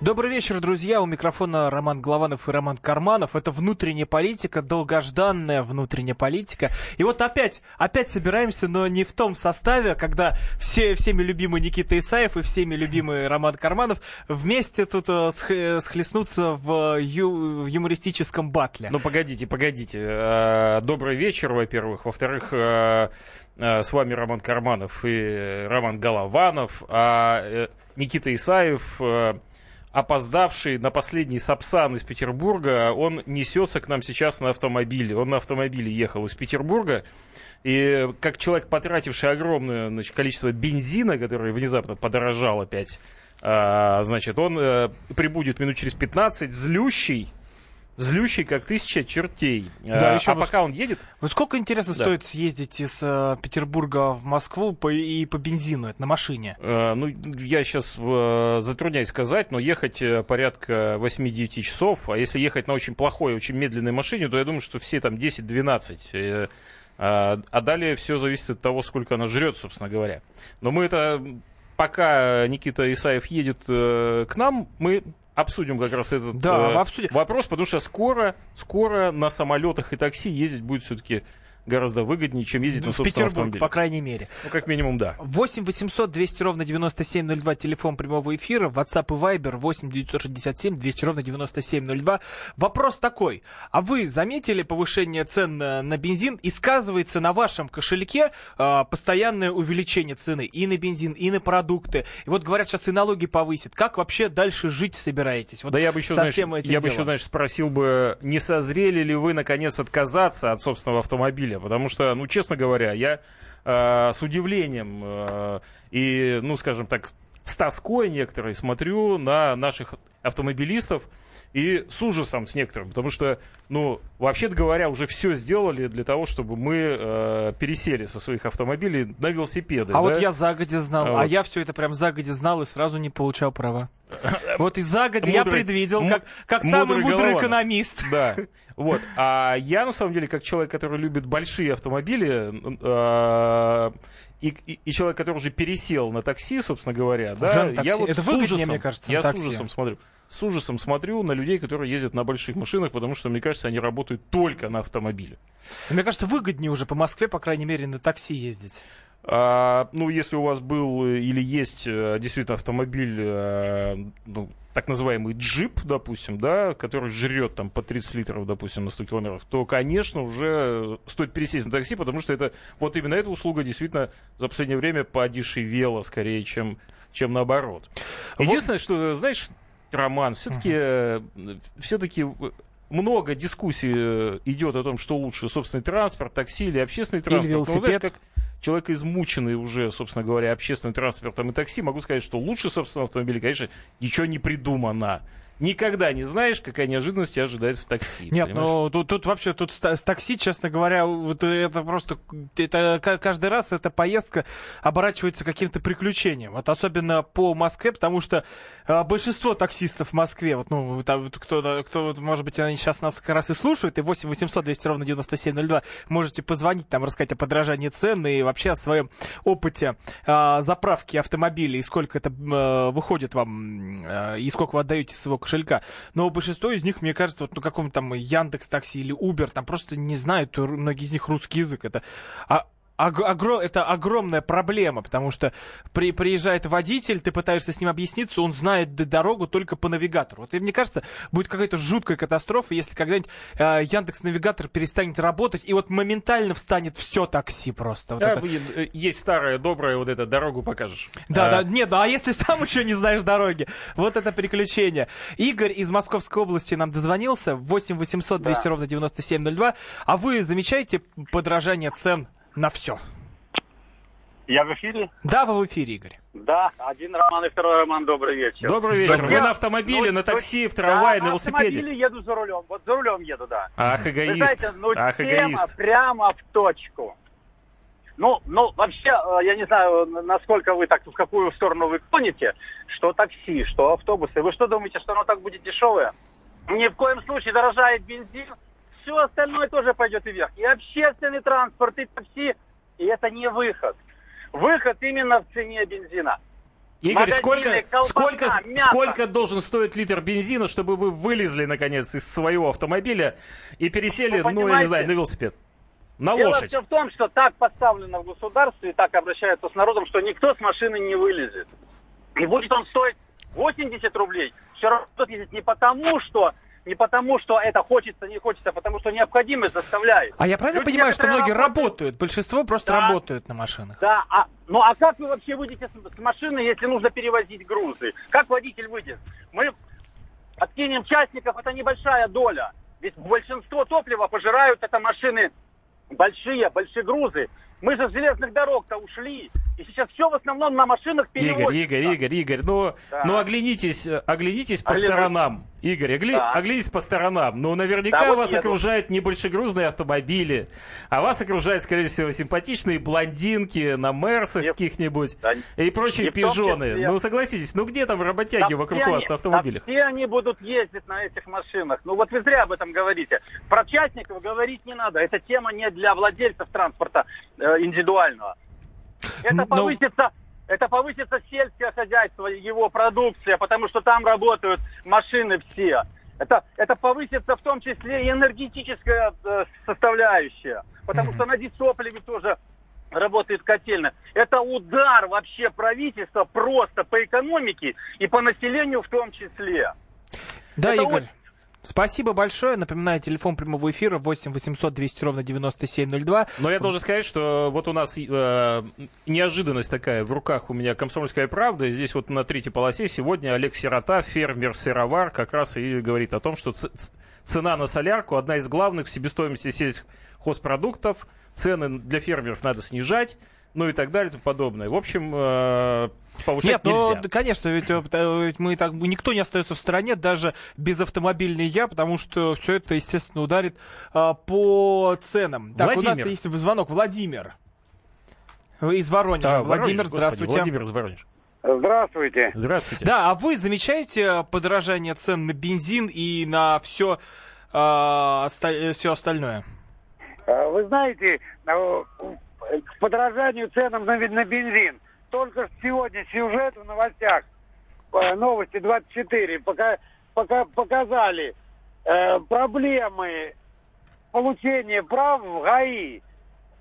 Добрый вечер, друзья. У микрофона Роман Главанов и Роман Карманов. Это внутренняя политика, долгожданная внутренняя политика. И вот опять, опять собираемся, но не в том составе, когда все, всеми любимый Никита Исаев и всеми любимый Роман Карманов вместе тут э, сх- схлестнутся в, ю- в юмористическом батле. Ну, погодите, погодите. Э, Добрый вечер, во-первых. Во-вторых, э, э, с вами Роман Карманов и Роман Голованов, а э, Никита Исаев, э, опоздавший на последний Сапсан из Петербурга, он несется к нам сейчас на автомобиле. Он на автомобиле ехал из Петербурга. И как человек, потративший огромное значит, количество бензина, которое внезапно подорожал опять, а, значит, он э, прибудет минут через 15, злющий, злющий, как тысяча чертей. Да, а еще а бы- пока он едет, Вот сколько, интересно, Да. стоит съездить из э, Петербурга в Москву по, и по бензину это на машине? э, ну, я сейчас затрудняюсь сказать, но ехать э, порядка 8-9 часов, а если ехать на очень плохой, очень медленной машине, то я думаю, что все там 10-12. э, а а далее все зависит от того, сколько она жрет, собственно говоря. Но мы это, пока Никита Исаев едет э, к нам, мы обсудим как раз этот Да, э, вы обсудите. вопрос, потому что скоро, скоро на самолетах и такси ездить будет все-таки гораздо выгоднее, чем ездить на в собственном Петербург, автомобиле. по крайней мере. Ну, как минимум, да. 8 800 200 ровно 9702, телефон прямого эфира, WhatsApp и Viber 8 967 200 ровно 9702. Вопрос такой, а вы заметили повышение цен на, на бензин и сказывается на вашем кошельке э, постоянное увеличение цены и на бензин, и на продукты? И вот говорят, сейчас и налоги повысит. Как вообще дальше жить собираетесь? Вот да я бы еще, со знаешь, я всем этим бы еще, делом. знаешь, спросил бы, не созрели ли вы, наконец, отказаться от собственного автомобиля? Потому что, ну, честно говоря, я э, с удивлением э, и, ну, скажем так, с тоской некоторой смотрю на наших автомобилистов и с ужасом с некоторым, потому что, ну, вообще-то говоря, уже все сделали для того, чтобы мы э, пересели со своих автомобилей на велосипеды. А да? вот я загодя знал, а, А вот. я все это прям загодя знал и сразу не получал права. Вот и загодя я Мудрый- предвидел, му- как, как самый мудрый мудрый голова. экономист. Да. Вот. А я, на самом деле, как человек, который любит большие автомобили, э, и, и- и человек, который уже пересел на такси, собственно говоря, да, Жан такси. я вот Это с выгоднее, ужасом, мне кажется, я такси. с ужасом смотрю. С ужасом смотрю на людей, которые ездят на больших машинах, потому что, мне кажется, они работают только на автомобиле. Но Мне кажется, выгоднее уже по Москве, по крайней мере, на такси ездить. А, ну, если у вас был э, или есть э, действительно автомобиль, э, ну, так называемый джип, допустим, да, который жрет там по 30 литров, допустим, на 100 километров, то, конечно, уже стоит пересесть на такси, потому что это вот именно эта услуга действительно за последнее время подешевела скорее, чем, чем наоборот. Вот- Единственное, что, знаешь, Роман, все-таки, все-таки э, много дискуссий э, идет о том, что лучше собственный транспорт, такси или общественный транспорт. Но, знаешь, велосипед. как человек, измученный уже, собственно говоря, общественным транспортом и такси, могу сказать, что лучше собственного автомобиля, конечно, ничего не придумано. Никогда не знаешь, какая неожиданность тебя ожидает в такси. Нет, понимаешь? ну тут, тут вообще тут с, та- с такси, честно говоря, вот это просто это ка- каждый раз эта поездка оборачивается каким-то приключением. Вот особенно по Москве, потому что э, большинство таксистов в Москве, вот ну вот, а вот кто, кто вот, может быть, они сейчас нас как раз и слушают, и 8 800 200 ровно 9702 можете позвонить там рассказать о подражании цен и вообще о своем опыте э, заправки автомобилей и сколько это э, выходит вам э, и сколько вы отдаете из своего кошелька. Но большинство из них, мне кажется, вот ну каком-то там Яндекс Такси или Uber, там просто не знают ру- многие из них русский язык. Это а- ог- огро- это огромная проблема, потому что при, приезжает водитель, ты пытаешься с ним объясниться, он знает д- дорогу только по навигатору. Вот и мне кажется, будет какая-то жуткая катастрофа, если когда-нибудь э, Яндекс Навигатор перестанет работать, и вот моментально встанет все такси просто. Вот Да, это- э, есть старая, добрая, вот эта дорогу покажешь. да, А, да, нет, ну а если сам еще не знаешь дороги? Вот это приключение. Игорь из Московской области нам дозвонился, 8 800 200 ровно 9702. А вы замечаете подражание цен на все? Я в эфире? Да, вы в эфире, Игорь. Да, один Роман и второй Роман, добрый вечер. Добрый вечер. Добрый. Вы на автомобиле, Ну, на то- такси, в трамвае, да, на велосипеде. автомобиле еду за рулем, вот за рулем еду, да. Ах, Вы эгоист. знаете, ну Ах, тема эгоист. прямо в точку. Ну, ну, вообще, э, я не знаю, н- насколько вы так, в какую сторону вы клоните, что такси, что автобусы. Вы что думаете, что оно так будет дешевое? Ни в коем случае дорожает бензин, все остальное тоже пойдет вверх. И общественный транспорт, и такси. И это не выход. Выход именно в цене бензина. Игорь, Магазины, сколько, колбаса, сколько, мясо. сколько должен стоить литр бензина, чтобы вы вылезли, наконец, из своего автомобиля и пересели, Вы ну, я не знаю, понимаете? на велосипед? На Дело лошадь. все в том, что так поставлено в государстве и так обращаются с народом, что никто с машины не вылезет. И будет он стоить 80 рублей. Все равно тот ездит не потому, что не потому, что это хочется, не хочется, а потому что необходимость заставляет. А я правильно Люди понимаю, что некоторые многие работают. работают? Большинство просто Да. работают на машинах. Да, а, ну а как вы вообще выйдете с, с машины, если нужно перевозить грузы? Как водитель выйдет? Мы откинем частников, это небольшая доля. Ведь большинство топлива пожирают это машины большие, большие грузы. Мы же с железных дорог-то ушли. И сейчас все в основном на машинах Игорь, перевозится. Игорь, Игорь, Игорь, ну, Да. ну оглянитесь, э, оглянитесь по Оглянусь. сторонам. Игорь, огли- Да. оглянитесь по сторонам. Ну, наверняка Да, вот вас еду. окружают не большегрузные автомобили, а вас окружают, скорее всего, симпатичные блондинки на мерсах Не- каких-нибудь Да, и прочие не в том пижоны. числе. Ну, согласитесь, ну где там Да работяги вокруг все вас они- на автомобилях? да Все они будут ездить на этих машинах. Ну вот вы зря об этом говорите. Про частников говорить не надо. Эта тема не для владельцев транспорта э, индивидуального. Но- Ну, Это повысится, это повысится сельское хозяйство, и его продукция, потому что там работают машины все. Это, это повысится в том числе и энергетическая э, составляющая, потому что на дистопливе тоже работает котельная. Это удар вообще правительства просто по экономике и по населению в том числе. Да, Это Игорь. очень- Спасибо большое. Напоминаю, телефон прямого эфира 8 800 200 ровно 9702. Но я должен сказать, что вот у нас э, неожиданность такая. В руках у меня «Комсомольская правда». И здесь вот на третьей полосе сегодня Олег Сирота, фермер-сыровар, как раз и говорит о том, что ц- ц- цена на солярку одна из главных в себестоимости сельхозпродуктов. Цены для фермеров надо снижать. Ну и так далее и тому подобное. В общем, э, повышать Нет, ну, нельзя. да, конечно, ведь, э, пта- ведь мы так, никто не остается в стороне, даже безавтомобильный я, потому что все это, естественно, ударит а, по ценам. Так, у нас Владимир. есть звонок. Владимир. Вы Из Воронежа. Да, Воронеж, Владимир, господи, здравствуйте. Владимир из Воронежа. Здравствуйте. Здравствуйте. Да, а вы замечаете подорожание цен на бензин и на а, все, все остальное? Э, Вы знаете, э, к подражанию ценам на, на бензин. Только что сегодня сюжет в новостях, э, новости 24, пока, пока показали э, проблемы получения прав в ГАИ.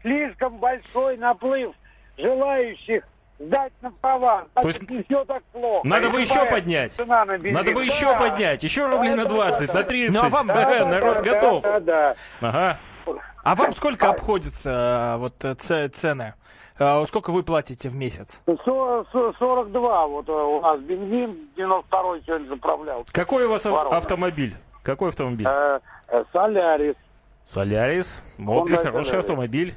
Слишком большой наплыв желающих сдать на права. То есть не все так плохо. надо И бы еще любая поднять. цена на бензин. Надо бы еще Да. поднять, еще рублей на Да, да, 20, да, на да. 30. Ну, а вам- Да, да, народ да, готов. Да, да, Ага. А вам сколько обходится э, вот э, ц- цены? Э, вот Сколько вы платите в месяц? Ну, со- со- 42 вот э, у нас бензин 92 сегодня заправлял. Какой у вас ав- Ворона. автомобиль? Какой автомобиль? Э, э, Солярис. Солярис. Модный, Honda хороший Solaris. автомобиль.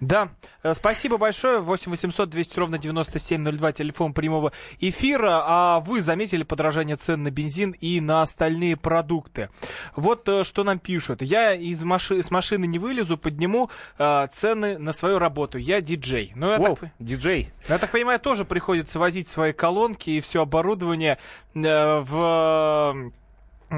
Да, Э, спасибо большое. 8 800 200 ровно 9702, телефон прямого эфира. А вы заметили подражание цен на бензин и на остальные продукты. Вот э, что нам пишут. Я из маши- с машины не вылезу, подниму э, цены на свою работу. Я диджей. Ну, я Воу, так диджей. Я так понимаю, тоже приходится возить свои колонки и все оборудование э, в, м,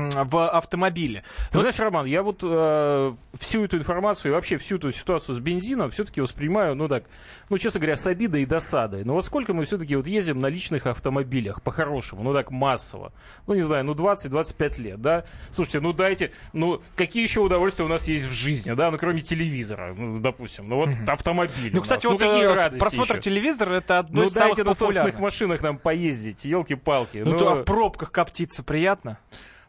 в автомобиле. Ты знаешь, Роман, я вот э, всю эту информацию и вообще всю эту ситуацию с бензином все-таки воспринимаю, ну так, ну, честно говоря, с обидой и досадой. Но вот сколько мы все-таки вот ездим на личных автомобилях, по-хорошему, ну так массово. Ну, не знаю, ну 20-25 лет, да? Слушайте, ну дайте, ну какие еще удовольствия у нас есть в жизни, да? Ну, кроме телевизора, ну, допустим. Ну, вот автомобиль. Ну, у кстати, нас. вот ну, какие э, радости просмотр еще? телевизора это одно Ну, из самых дайте на собственных популярных. машинах нам поездить, елки-палки. Ну, то, а в пробках коптиться приятно.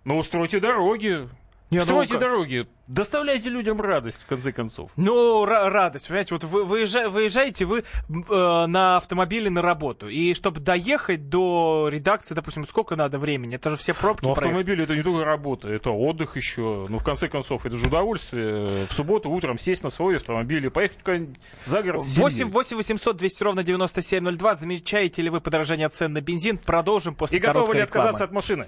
ну, устройте дороги. Не, ну, устройте как- дороги. Доставляйте людям радость, в конце концов. Ну, ра- радость, понимаете, вот вы выезжа- выезжаете вы м, э, на автомобиле на работу, и чтобы доехать до редакции, допустим, сколько надо времени, это же все пробки. Но проехать. Ну, автомобиль это не только работа, это отдых еще. Ну, в конце концов, это же удовольствие. В субботу утром сесть на свой автомобиль и поехать куда-нибудь за город. в Сибирь. 8 8 800 200 ровно 9702. Замечаете ли вы подорожание цен на бензин? Продолжим после И готовы короткой ли рекламы. отказаться от машины?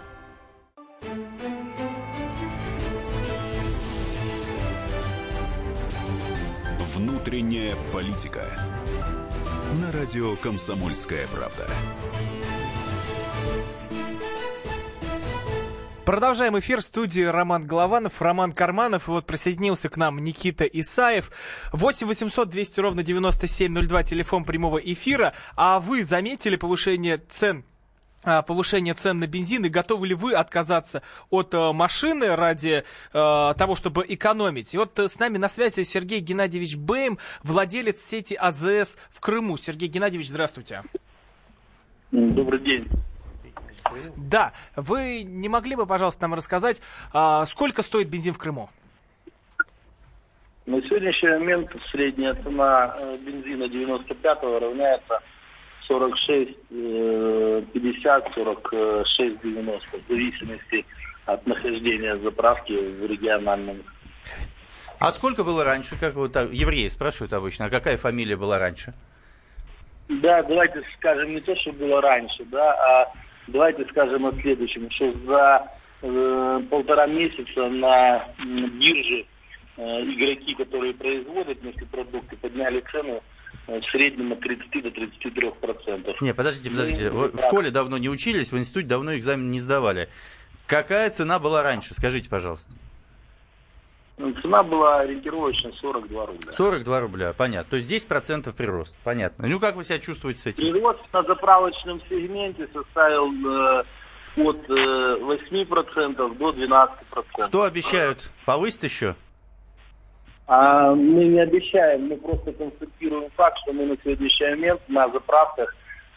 Внутренняя политика. На радио «Комсомольская правда». Продолжаем эфир в студии Роман Голованов, Роман Карманов. И вот присоединился к нам Никита Исаев. 8 800 200 ровно 9702, телефон прямого эфира. А вы заметили повышение цен а, повышение цен на бензин и готовы ли вы отказаться от э, машины ради э, того, чтобы экономить? И вот э, с нами на связи Сергей Геннадьевич Бэйм, владелец сети АЗС в Крыму. Сергей Геннадьевич, здравствуйте. Добрый день. Да, вы не могли бы, пожалуйста, нам рассказать, а, сколько стоит бензин в Крыму? На сегодняшний момент средняя цена э, бензина 95-го равняется 46, э, 50, 46, 90, в зависимости от нахождения заправки в региональном. А сколько было раньше? Как вот так- евреи спрашивают обычно, а какая фамилия была раньше? Да, давайте скажем не то, что было раньше, да, а давайте скажем о следующем, что за э, полтора месяца на м, бирже э, игроки, которые производят нефтепродукты, подняли цену э, в среднем от 30 до 33 процентов. Не, подождите, подождите. Ну, Вы в да. школе давно не учились, в институте давно экзамен не сдавали. Какая цена была раньше? Скажите, пожалуйста. ну, Цена была ориентировочно 42 рубля. 42 рубля, понятно. То есть 10% прирост, понятно. Ну, как вы себя чувствуете с этим? Прирост на заправочном сегменте составил э, от э, 8% до 12%. Что обещают? Повысить еще? А мы не обещаем, мы просто констатируем факт, что мы на сегодняшний момент на заправках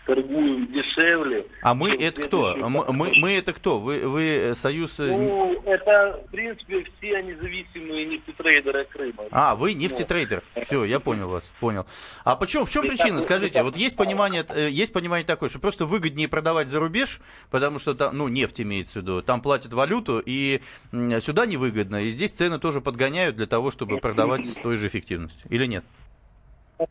торгуем дешевле. А мы чем в это кто? следующем Мы, году. мы, мы это кто? Вы, вы э, союз... э, н- Ну, это, в принципе, все независимые нефтетрейдеры Крыма. А, вы нефтетрейдер. Все, я понял вас, понял. А почему, в чем Я причина, так- скажите? Вот есть понимание, э, есть понимание такое, что просто выгоднее продавать за рубеж, потому что там, ну, нефть имеется в виду, там платят валюту, и м, сюда невыгодно, и здесь цены тоже подгоняют для того, чтобы продавать с той же эффективностью. Или нет? К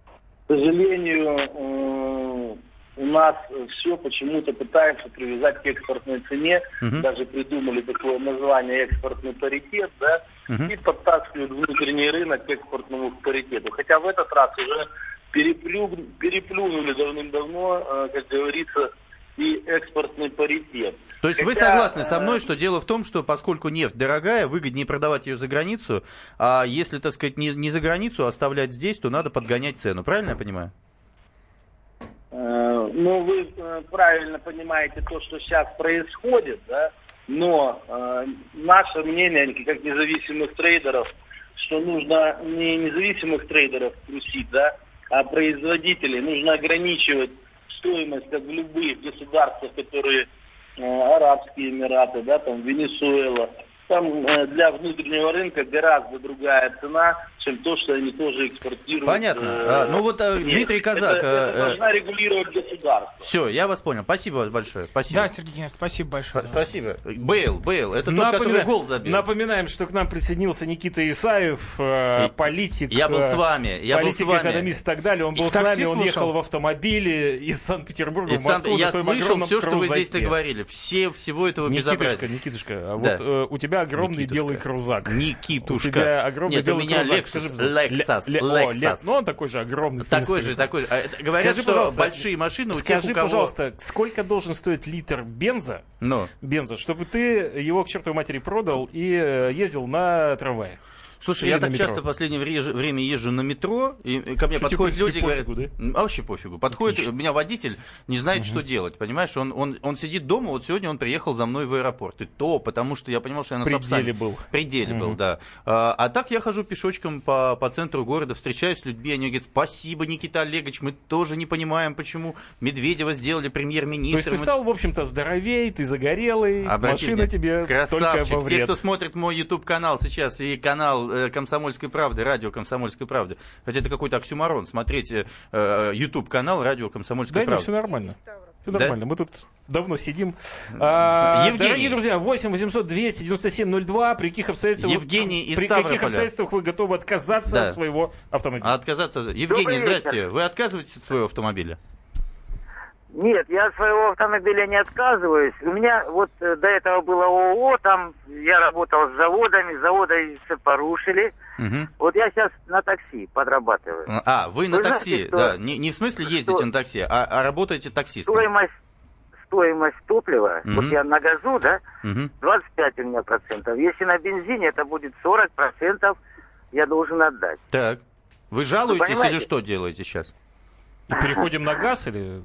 сожалению, э, у нас все почему-то пытаются привязать к экспортной цене. Мгм. Даже придумали такое название экспортный паритет, да, Мгм. и подтаскивают внутренний рынок к экспортному паритету. Хотя в этот раз уже переплю- переплюнули давным-давно, э, как говорится, и экспортный паритет. То есть вы Хотя, согласны со мной, э, что дело в том, что поскольку нефть дорогая, выгоднее продавать ее за границу, а если, так сказать, не, не за границу, а оставлять здесь, то надо подгонять цену. Правильно я понимаю? Э, Ну, вы э, правильно понимаете то, что сейчас происходит, да, но э, наше мнение, как независимых трейдеров, что нужно не независимых трейдеров трусить, да, а производителей. Нужно ограничивать стоимость как в любых государствах, которые э, Арабские Эмираты, да, там Венесуэла. Там э, для внутреннего рынка гораздо другая цена, чем то, что они тоже экспортируют. Понятно. А, ну вот, э, нет. Дмитрий Казак, Это, это э, э, должна регулировать государство. Все, я вас понял. Спасибо вам большое. Спасибо. Да, Сергей Геннадьевич, спасибо большое. П- Спасибо. Бейл, Бейл, это тот, который Напомина- гол забил. Напоминаем, что к нам присоединился Никита Исаев, э, И- политик. Я был э, с вами, я был с политик, вами. экономист и так далее. Он И был в с такси нами, он слушал. ехал в автомобиле из Санкт-Петербурга И в сам- Москву. на я своем слышал огромном все, что вы здесь крузаке. наговорили. Все, всего этого Никитушка, безобразия. Никитушка, а Да. вот э, у тебя огромный Никитушка. белый крузак. Никитушка. У тебя огромный Нет, у белый меня крузак. Lexus, Скажи, Lexus, Ле- Ле- о, Lexus. Ле- Ну, он такой же огромный. в Такой принципе. же, такой же. А это- Говорят, Скажи, что пожалуйста, большие машины у тех, Скажи, у кого- пожалуйста, сколько должен стоить литр бенза, Ну, бенза, чтобы ты его к чертовой матери продал и э, ездил на трамвае? слушай, Или я на так метро. часто в последнее вре- время езжу на метро, и и ко Что тебе, мне в подходят люди принципе, и говорят, пофигу, «М, а вообще пофигу. Подходит, у меня водитель не знает, что делать, понимаешь? Он, он, он сидит дома, вот сегодня он приехал за мной в аэропорт. И то, потому что я понимал, что я на В пределе Сапсане. был. В пределе был, Мгм. да. А, а так я хожу пешочком по, по центру города, встречаюсь с людьми, они говорят, спасибо, Никита Олегович, мы тоже не понимаем, почему Медведева сделали То есть премьер-министром. ты Мы- стал, в общем-то, здоровей, ты загорелый, Обрати машина внимание. тебе Красавчик. только во Те, вред. кто смотрит мой YouTube канал сейчас и канал э, Комсомольской правды, радио Комсомольской правды, хотя это какой-то оксюмарон, смотреть э, YouTube канал радио Комсомольской Да нет, правды. все нормально. Все Да? нормально, мы тут давно сидим. А, Евгений. Дорогие друзья, 8 800 297 02. При каких обстоятельствах, Евгений из при каких Ставрополя. обстоятельствах вы готовы отказаться Да. от своего автомобиля? А отказаться... Евгений, Добрый вечер. здрасте. Вы отказываетесь от своего автомобиля? Нет, я от своего автомобиля не отказываюсь. У меня вот э, до этого было ООО, там я работал с заводами, заводы все порушили. Мгм. Вот я сейчас на такси подрабатываю. А, вы на Вы знаете, такси, что- да. Не, не в смысле ездите что- на такси, а, а работаете таксистом. Стоимость, стоимость топлива, Мгм. вот я на газу, да, Мгм. 25 у меня процентов. Если на бензине, это будет 40 процентов я должен отдать. Так. Вы жалуетесь или понимаете? что делаете сейчас? И переходим на газ или...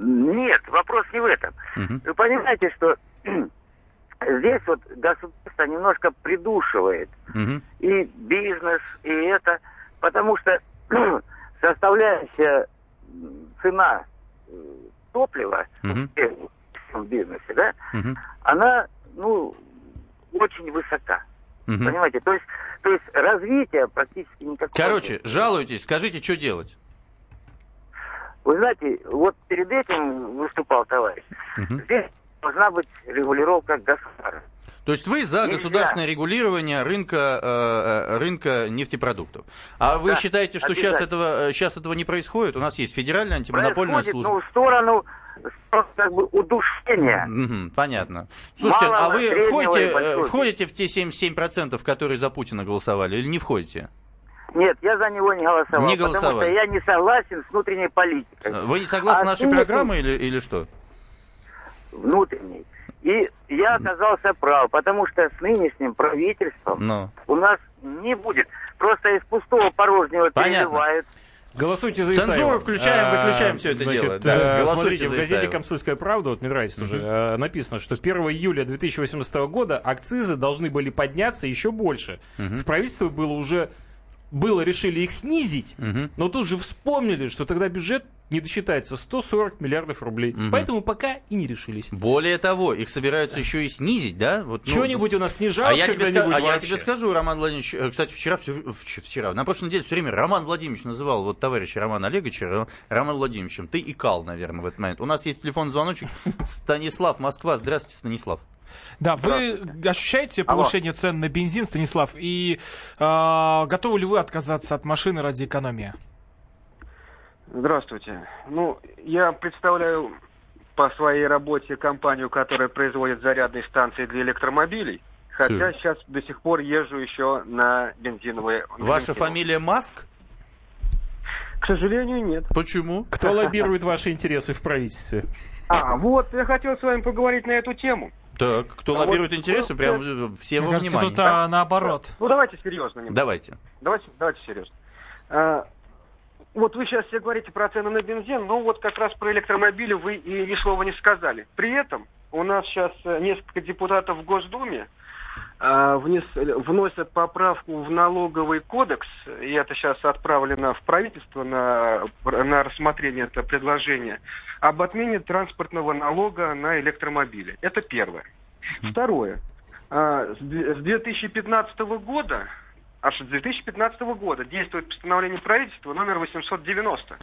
Нет, вопрос не в этом. Мгм. Вы понимаете, что здесь вот государство немножко придушивает Мгм. и бизнес, и это, потому что составляющая м, цена э, топлива Мгм. э, в бизнесе, да, Мгм. она, ну, очень высока. Мгм. Понимаете? То есть, то есть развития практически никакого. Короче, нет. жалуетесь, скажите, что делать? Вы знаете, вот перед этим выступал товарищ. Мгм. Здесь должна быть регулировка государства. То есть вы за Нельзя. государственное регулирование рынка, э, э, рынка нефтепродуктов. А вы Да, считаете, что сейчас обязательно. этого, э, сейчас этого не происходит? У нас есть федеральная антимонопольная Происходит, Типа служба. ну, в сторону, в сторону, как бы удушения. Мгм, понятно. Слушайте, Малого, а вы среднего входите, и э, большого. входите в те 77%, которые за Путина голосовали, или не входите? Нет, я за него не голосовал. Не Потому голосовали. что я не согласен с внутренней политикой. Э, Вы не согласны А нашей ты- программой или, или что? Внутренней. И я оказался прав, потому что с нынешним правительством Ну. у нас не будет. Просто из пустого порожнего Понятно. переливают. Голосуйте за Цензуру Исаева. включаем, А, выключаем всё это значит, дело. Да, э, голосуйте Смотрите, за в газете Исаева. «Комсомольская правда», вот мне нравится тоже, э, написано, что с 1 июля 2018 года акцизы должны были подняться еще больше. В правительстве было уже... Было, решили их снизить, Мгм. но тут же вспомнили, что тогда бюджет не досчитается 140 миллиардов рублей. Мгм. Ну, Поэтому пока и не решились. Более того, их собираются еще и снизить, да? Вот, ну, Чего-нибудь у нас А снижалось я, тебе ска- когда-нибудь а я вообще? тебе скажу, Роман Владимирович, э, кстати, вчера, всё- вч- вчера, на прошлой неделе все время Роман Владимирович называл вот товарища Романа Олеговича Ро- Роман Владимировичем. Ты икал, наверное, в этот момент. У нас есть телефонный звоночек. Станислав, Москва. Здравствуйте, Станислав. Да, вы ощущаете Алло. повышение цен на бензин, Станислав, и а, готовы ли вы отказаться от машины ради экономии? Здравствуйте. Ну, я представляю по своей работе компанию, которая производит зарядные станции для электромобилей. Хотя сейчас до сих пор езжу еще на бензиновые. на Ваша бензиновые. фамилия Маск? К сожалению, нет. Почему? Кто лоббирует ваши интересы в правительстве? А, вот, я хотел с вами поговорить на эту тему. Так, кто А лоббирует вот- интересы, прям э, все Мне во кажется, внимание. тут а, наоборот. Ну, давайте серьезно. немного. Давайте. Давайте, давайте серьезно. А, вот вы сейчас все говорите про цены на бензин, но вот как раз про электромобили вы и ни слова не сказали. При этом у нас сейчас э, несколько депутатов в Госдуме а, внес- вносят поправку в налоговый кодекс, и это сейчас отправлено в правительство на, на рассмотрение это предложение, об отмене транспортного налога на электромобили. Это первое. Второе. А, С две- с 2015 года аж с 2015 года действует постановление правительства номер 890,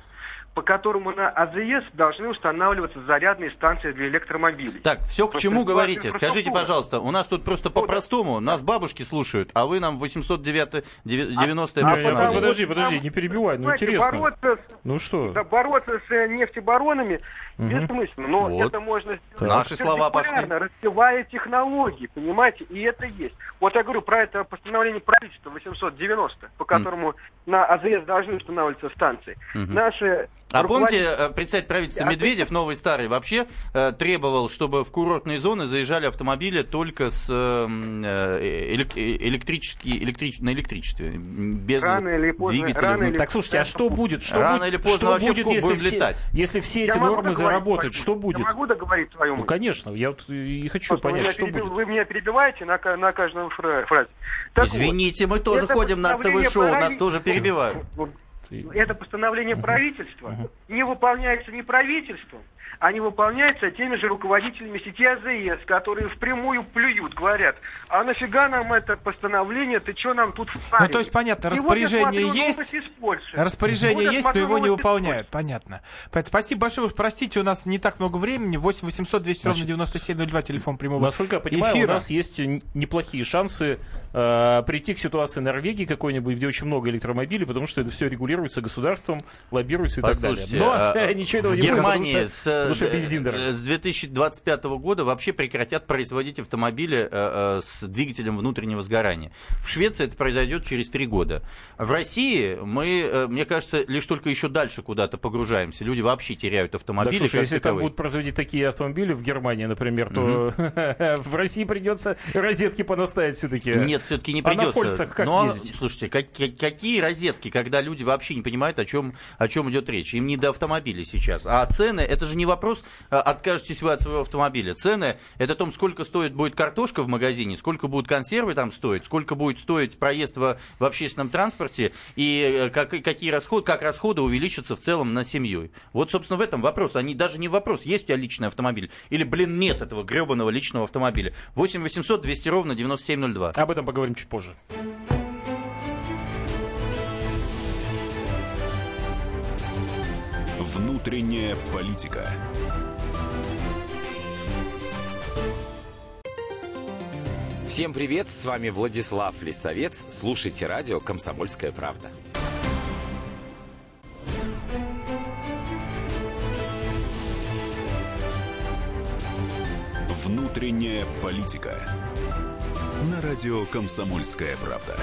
по которому на А АЗС должны устанавливаться зарядные станции для электромобилей. Так, все к Просто чему это говорите? важная Скажите, инфраструктура. пожалуйста, у нас тут просто по-простому, нас бабушки слушают, а вы нам 890 А Не, не, потому постановление. ну, подожди, что подожди, там, не перебивай, ну, понимаете, интересно. Бороться с, Ну что? да, бороться с э, нефтебаронами Мгм. бессмысленно, но Вот. это можно сделать Наши слова перпендикулярно, пошли. развивая технологии, понимаете, и это есть. Вот я говорю про это постановление правительства 890, по которому на АЗС должны устанавливаться станции. Мгм. Наши А руководители- помните, э, председатель правительства А ты- Медведев, новый старый, вообще э, требовал, чтобы в курортные зоны заезжали автомобили только с э, м, э, элек- э, электрические, электрич- на электричестве, м, без Рано или поздно- двигателя. рано Ну, или- Так слушайте, а что будет? Что Рано будет, или поздно что вообще в будет, куб если будем все, летать. если все Я эти могу нормы договорить заработают? свою Что мысль? будет? Я могу договорить свою Ну, мысль? конечно, я вот и хочу Просто вы понять, меня что перебил- будет. Вы меня перебиваете на, ка- на каждой фра- фразе. Так вот, Извините, мы тоже это ходим на представление ТВ-шоу, нас правительства- тоже перебивают. Ну, И- Это постановление правительства не выполняется не правительством, а не выполняется теми же руководителями сети А АЗС, которые впрямую плюют, говорят, а нафига нам это постановление, ты что нам тут Ну, впариваешь?» то есть, понятно, Сегодня распоряжение смотрю есть, новость из Польши. Распоряжение Вот я есть, но смотрю его не новости из выполняют. Понятно. Поэтому спасибо большое. Уж простите, у нас не так много времени. 8 800 200 ровно Значит, 9702, телефон прямого Насколько я понимаю, эфира. у нас есть н- неплохие шансы э, прийти к ситуации Норвегии какой-нибудь, где очень много электромобилей, потому что это все регулируется государством, лоббируется и Послушайте, так а, далее. Но э, ничего этого в не будет, потому Германии что- с, потому что э, бензин дорогой. э, с 2025 года вообще прекратят производить автомобили э, э, с двигателем внутреннего сгорания. В Швеции это произойдет через три года. В России мы, э, мне кажется, лишь только еще дальше куда-то погружаемся. Люди вообще теряют Так, автомобили. слушай, как если там таковые. будут производить такие автомобили в Германии, например, то в России придется розетки понаставить все-таки. Нет, все-таки не А на придется. Ну, «Фольксах» как Но, ездить? слушайте, как- как- какие розетки, когда люди вообще не понимают, о чем, о чем идет речь? Им не до автомобилей сейчас. А цены, это же не вопрос, а, откажетесь вы от своего автомобиля. Цены, это о том, сколько стоит будет картошка в магазине, сколько будут консервы там стоить, сколько будет стоить проезд во- в общественном транспорте и э, как, какие расходы, как расходы увеличатся в целом на семью. Вот, собственно, в этом вопрос. Они даже не вопрос, есть у тебя личный автомобиль или, блин, нет этого гребаного личного автомобиля. 8 800 200 ровно 9702. Об этом поговорим чуть позже. Внутренняя политика. Всем привет, с вами Владислав Лисовец. Слушайте радио «Комсомольская правда». Внутренняя политика. На радио «Комсомольская правда».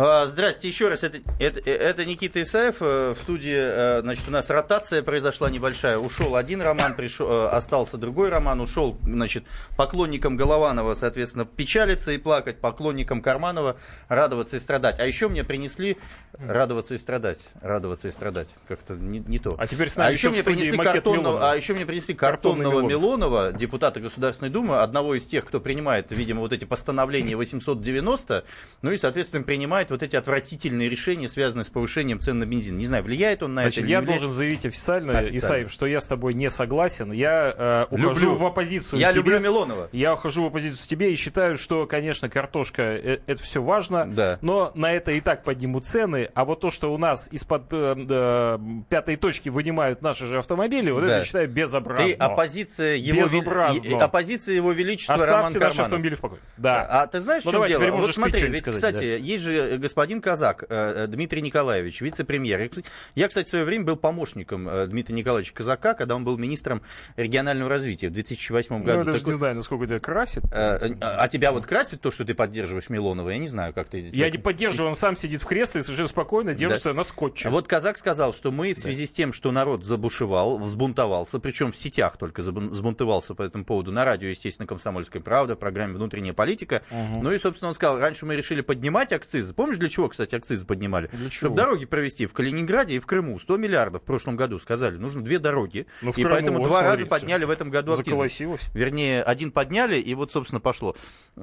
А, Здрасте, еще раз. Это, это, это Никита Исаев. э, В студии, э, значит, у нас ротация произошла небольшая. Ушел один роман, пришел, э, остался другой роман. Ушел, значит, поклонникам Голованова, соответственно, печалиться и плакать, поклонникам Карманова радоваться и страдать. А еще мне принесли радоваться и страдать. Радоваться и страдать. Как-то не, не то. А теперь с нами а еще еще в мне студии принесли макет картонного, Милонова. а еще мне принесли Картонный картонного Милонов. Милонова, депутата Государственной Думы, одного из тех, кто принимает, видимо, вот эти постановления 890, ну и, соответственно, принимает вот эти отвратительные решения, связанные с повышением цен на бензин. Не знаю, влияет он на Значит, это я или не должен заявить официально, Официально. Исаев, что я с тобой не согласен. Я э, ухожу Люблю. в оппозицию. влияет. Я тебе. люблю Милонова. Я ухожу в оппозицию тебе и считаю, что, конечно, картошка э, это все важно, Да. но на это и так поднимут цены. А вот то, что у нас из-под э, э, пятой точки вынимают наши же автомобили, вот Да. это считаю безобразно. Ты оппозиция его, вели- Безобразно. и- оппозиция его величества Роман Оставьте наши Карманов. автомобили в покое. Да. А ты знаешь, в Ну, чем давай, дело? теперь Вот можешь ты смотри, что-нибудь ведь, сказать, кстати, есть же господин Казак, э, Дмитрий Николаевич, вице-премьер. И, кс- Я, кстати, в свое время был помощником э, Дмитрия Николаевича Казака, когда он был министром регионального развития в 2008 Ну, году. я даже Так не вот, знаю, насколько это красит. э, э, а тебя вот красит то, что ты поддерживаешь Милонова? Я не знаю, как ты... Я не поддерживаю, он сам сидит в кресле и совершенно спокойно держится на скотче. Вот Казак сказал, что мы в связи с тем, что народ забушевал, взбунтовался, причем в сетях только забун- взбунтовался по этому поводу, на радио, естественно, «Комсомольская правда», в программе «Внутренняя политика». Ну и, собственно, он сказал, раньше мы решили поднимать акцизы. Помнишь, для чего, кстати, акцизы поднимали? Для чего? Чтобы дороги провести в Калининграде и в Крыму. 100 миллиардов в прошлом году сказали, нужно две дороги. Ну, в и Крыму, поэтому вот два смотри, раза всё. подняли в этом году акцизы. Заколосилось. Вернее, один подняли, и вот, собственно, пошло.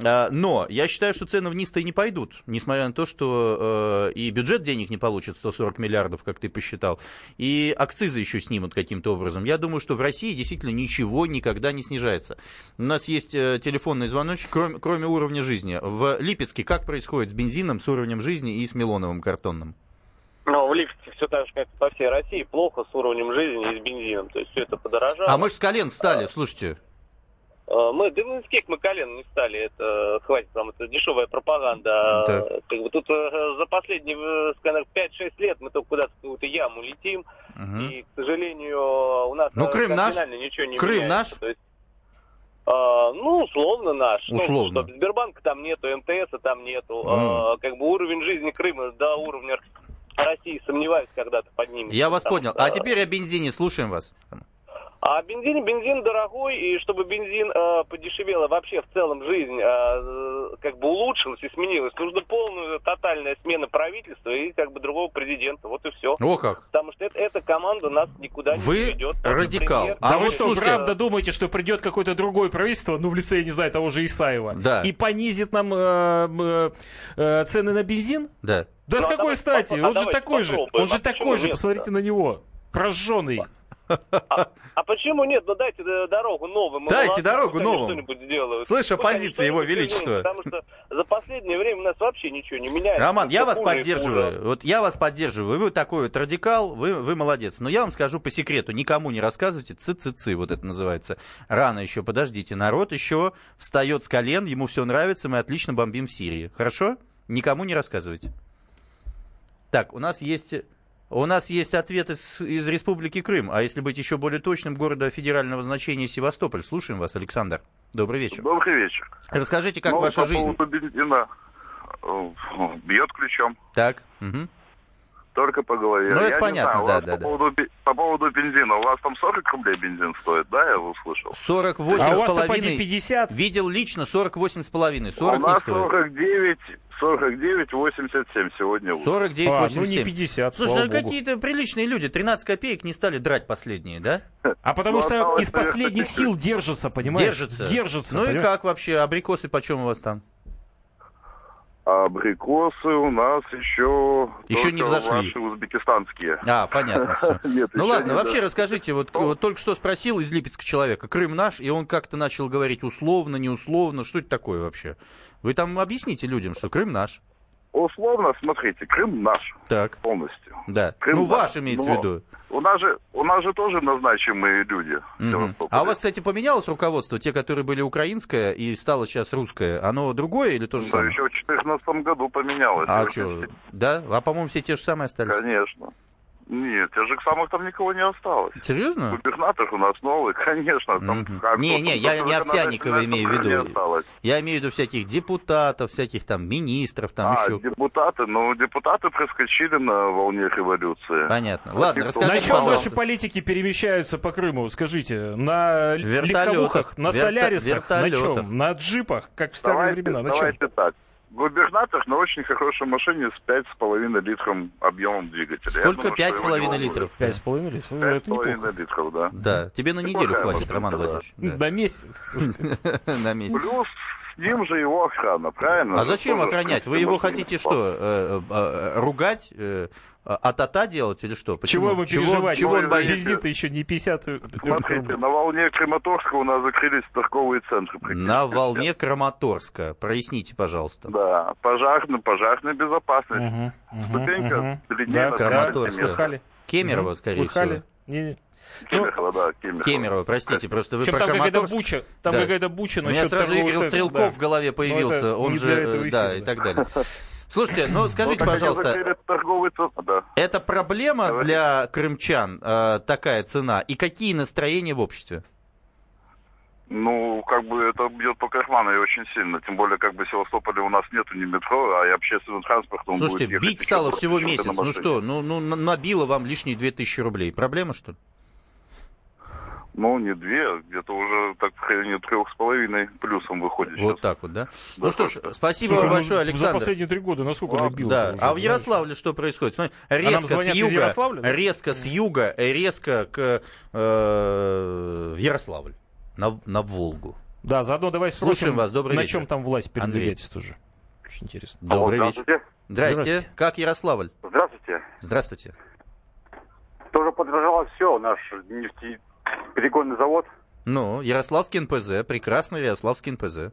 А, Но я считаю, что цены вниз-то и не пойдут, несмотря на то, что э, и бюджет денег не получит 140 миллиардов, как ты посчитал, и акцизы еще снимут каким-то образом. Я думаю, что в России действительно ничего никогда не снижается. У нас есть э, телефонный звоночек, кроме, кроме уровня жизни. В Липецке как происходит с бензином, с уровнем жизни и с Милоновым картонным? Ну, в Липецке все так же, как по всей России, плохо с уровнем жизни и с бензином. То есть все это подорожало. А мы же с колен встали, слушайте. Э, Мы, да мы с кек мы колено не стали, это э, хватит вам, это дешевая пропаганда. Так. Э, Как бы тут э, за последние, э, скажем, 5-6 лет мы только куда-то в какую-то яму летим. Мгм. И, к сожалению, у нас Ну, э, Крым наш. кардинально ничего не Крым меняется. наш. То есть, э, ну, условно наш. Ну, Условно. чтоб Сбербанка там нету, МТСа там нету. М. Э, как бы уровень жизни Крыма до уровня России сомневаюсь, когда-то поднимется. Я вас Потому понял. что- А теперь о бензине, слушаем вас. А бензин, бензин дорогой, и чтобы бензин э, подешевел, и вообще в целом жизнь э, как бы улучшилась и сменилась, нужна полная, тотальная смена правительства и как бы другого президента. Вот и все. О как. Потому что это, эта команда нас никуда не Вы ведет. радикал. например, А да вот вы что, слушайте- правда думаете, что придет какое-то другое правительство, ну, в лице, я не знаю, того же Исаева, Да. и понизит нам э, м, э, цены на бензин? Да. Да с Ну, а какой давайте стати? попро- а Он же давайте такой же. попробуем. Он же А почему такой же, нет-то? посмотрите на него. Прожженный. А, а почему нет? Ну дайте э, дорогу новым. Дайте молодым, дорогу пусть они новым. что-нибудь сделают. Слышь, Пусть оппозиция, они его что-нибудь величество. сделают, Потому что за последнее время у нас вообще ничего не меняется. Роман, я Э, Всё вас хуже и хуже. поддерживаю. Вот я вас поддерживаю. Вы такой вот радикал, вы, вы молодец. Но я вам скажу по секрету, никому не рассказывайте. Ци-ци-ци, вот это называется. Рано еще, подождите. Народ еще встает с колен, ему все нравится, мы отлично бомбим в Сирии. Хорошо? Никому не рассказывайте. Так, у нас есть... У нас есть ответ из, из Республики Крым, а если быть еще более точным, города федерального значения Севастополь. Слушаем вас, Александр. Добрый вечер. Добрый вечер. Расскажите, как Ну, ваша по жизнь. поводу бензина. Э, Бьет ключом. Так, мгм. Только по голове. Ну, это Я не понятно, знаю, у да, вас да, по, да. поводу, бе- по поводу бензина. У вас там 40 рублей бензин стоит, да, я услышал? 48 а у с вас-то поди половиной. 50. Видел лично 48 с половиной. 40 А у не нас стоит. 49, 49, 87 сегодня. утром. 49, А, ну не 87. 50, Слушай, слава ну богу. какие-то приличные люди. 13 копеек не стали драть последние, да? А потому Ну, что осталось, из наверное, последних чуть-чуть. сил держатся, понимаешь? Держатся. Держатся. ну и понимаешь? как вообще? Абрикосы почем у вас там? А абрикосы у нас еще... Еще только не взошли. Ваши узбекистанские. А, понятно все. Нет, Ну еще ладно, не Ну. вообще взошли. расскажите, вот, вот только что спросил из Липецка человека, Крым наш, и он как-то начал говорить условно, неусловно, что это такое вообще? Вы там объясните людям, что Крым наш. Условно, смотрите, Крым наш Так, полностью. да. Крым ну наш. ваш имеется в Ну, виду. У нас же, у нас же тоже назначимые люди. в Мгм. Севастополе. А у вас, кстати, поменялось руководство? Те, которые были украинское и стало сейчас русское, оно другое или то же Да, самое? еще в 2014 году поменялось. А Очень что? сильно, Да? А по-моему, все те же самые остались. Конечно. Нет, тех же самых там никого не осталось. Серьезно? Губернатор у нас новый, конечно. Там, Мгм. как- Не, не, я там не Овсянникова законодательное имею в собрание виду. осталось. Я имею в виду всяких депутатов, всяких там министров, там а, еще. депутаты, ну, депутаты проскочили на волне революции. Понятно. Ладно, Значит, На расскажите, чем пожалуйста. наши политики перемещаются по Крыму? Скажите, на л- Вертолетах. легковухах, на Верта- солярисах, на вертолетах. чем? На джипах, как в старые Давайте, времена, на чем? давайте так. Губернатор на очень хорошей машине с 5,5 литром объемом двигателя. Я Сколько? думаю, что Пять с его половиной не литров. Пять с половиной лет? Ну, волнует. Это неплохо. 5,5 литров, да. Да, тебе на неделю Неплохая хватит, машинка, Роман да. Владимирович. Да. На месяц. ну, На месте. Плюс с ним же его охрана, правильно? А зачем ну, Тоже, в охранять? Вы принципе, его можно хотите не что, э, э, э, ругать, э, а тата делать или что? Почему? Чего ему чего, он- переживать? чего он Ну, боится? извините. Бензин-то еще не 50. Смотрите, на волне Краматорска у нас закрылись торговые центры. практически На все. волне Краматорска. Проясните, пожалуйста. Да, пожарная, пожарная безопасность. Мгм, мгм, Ступенька мгм. длиннее Да, да, на 20 Краматорск. метров. слыхали. Кемерово, Мгм, скорее Слыхали? всего. Не-не. Кемерово, да, Кемерово. Ну, Кемерово, простите, просто вы Причем про там какая-то Краматорск. буча, там Да. какая-то буча У меня насчет сразу торгового Игорь центра, Стрелков да. Ну, в голове появился, это он не же, для этого э, эфира, да, да. и так далее. Слушайте, ну скажите, Вот они пожалуйста, закрыли торговый центр, да. это проблема Давай. для крымчан, э, такая цена, и какие настроения в обществе? Ну, как бы это бьет по карману и очень сильно. Тем более, как бы в Севастополе у нас нету ни метро, а и общественный транспорт. он Слушайте, будет ехать бить еще стало просто всего чем-то месяц, на ну машине. что, ну, ну на- набило вам лишние 2000 рублей, проблема что ли? Ну, не две, где-то уже так в районе трех с половиной плюсом выходит Вот сейчас. так вот, да? Да, ну что ж, спасибо Слушай, вам ну, большое, За Александр. последние три года Ну, насколько набило? А Да, а в Ярославле что происходит? Смотри, нам резко с звонят из юга, Ярославля, да? резко с юга, э, резко к э, в Ярославль, на, на Волгу. Да, заодно давай Слушаем спросим, вас, добрый на вечер. чем там власть Андрей. передвигается тоже. Очень интересно. Добрый Алло, вечер. здравствуйте. Здрасте. Здравствуйте. Как Ярославль? Здравствуйте. Здравствуйте. Тоже подорожало все, наш нефтеперегонный завод. Ну, Ярославский НПЗ, прекрасный Ярославский НПЗ.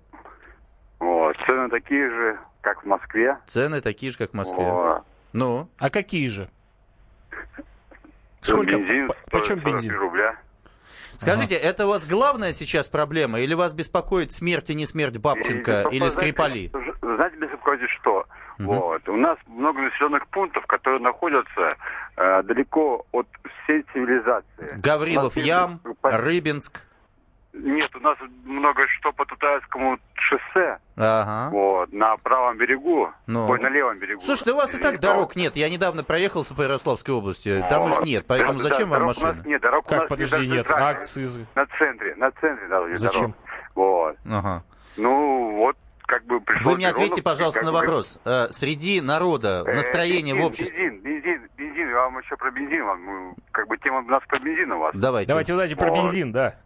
Вот, цены такие же, как в Москве. Цены такие же, как в Москве. Вот. Ну, А какие же? Сколько? Бензин По- стоит Почем 43 бензин? рубля. скажите, это у вас главная сейчас проблема, или вас беспокоит смерть и не смерть Бабченко И, или знаете, Скрипали? ж- Знаете, беспокоит что? Мгм. Вот. У нас много населенных пунктов, которые находятся э, далеко от всей цивилизации. Гаврилов Ям, Рыбинск. Нет, у нас много что по Татарскому, шоссе, Ага. вот, на правом берегу, Ну. ой, на левом берегу. Слушай, да у вас и так дорог нет. Я недавно проехался по Ярославской области. Там их нет, поэтому Да, зачем да, вам дорог у нас машина? Нет, дорог у Как, нас подожди, даже нет, центральная. акцизы. На центре, на центре даже Зачем? дорог. Вот. Ага. Ну, вот, как бы пришлось... Вы мне ответьте, Мироновке, пожалуйста, как на бы, вопрос. Э, Среди народа э, настроение в бензин, обществе... Бензин, бензин, бензин, я вам еще про бензин, вам, ну, как бы тема у нас про бензин у вас. Давайте. Давайте, давайте про Вот. бензин, да.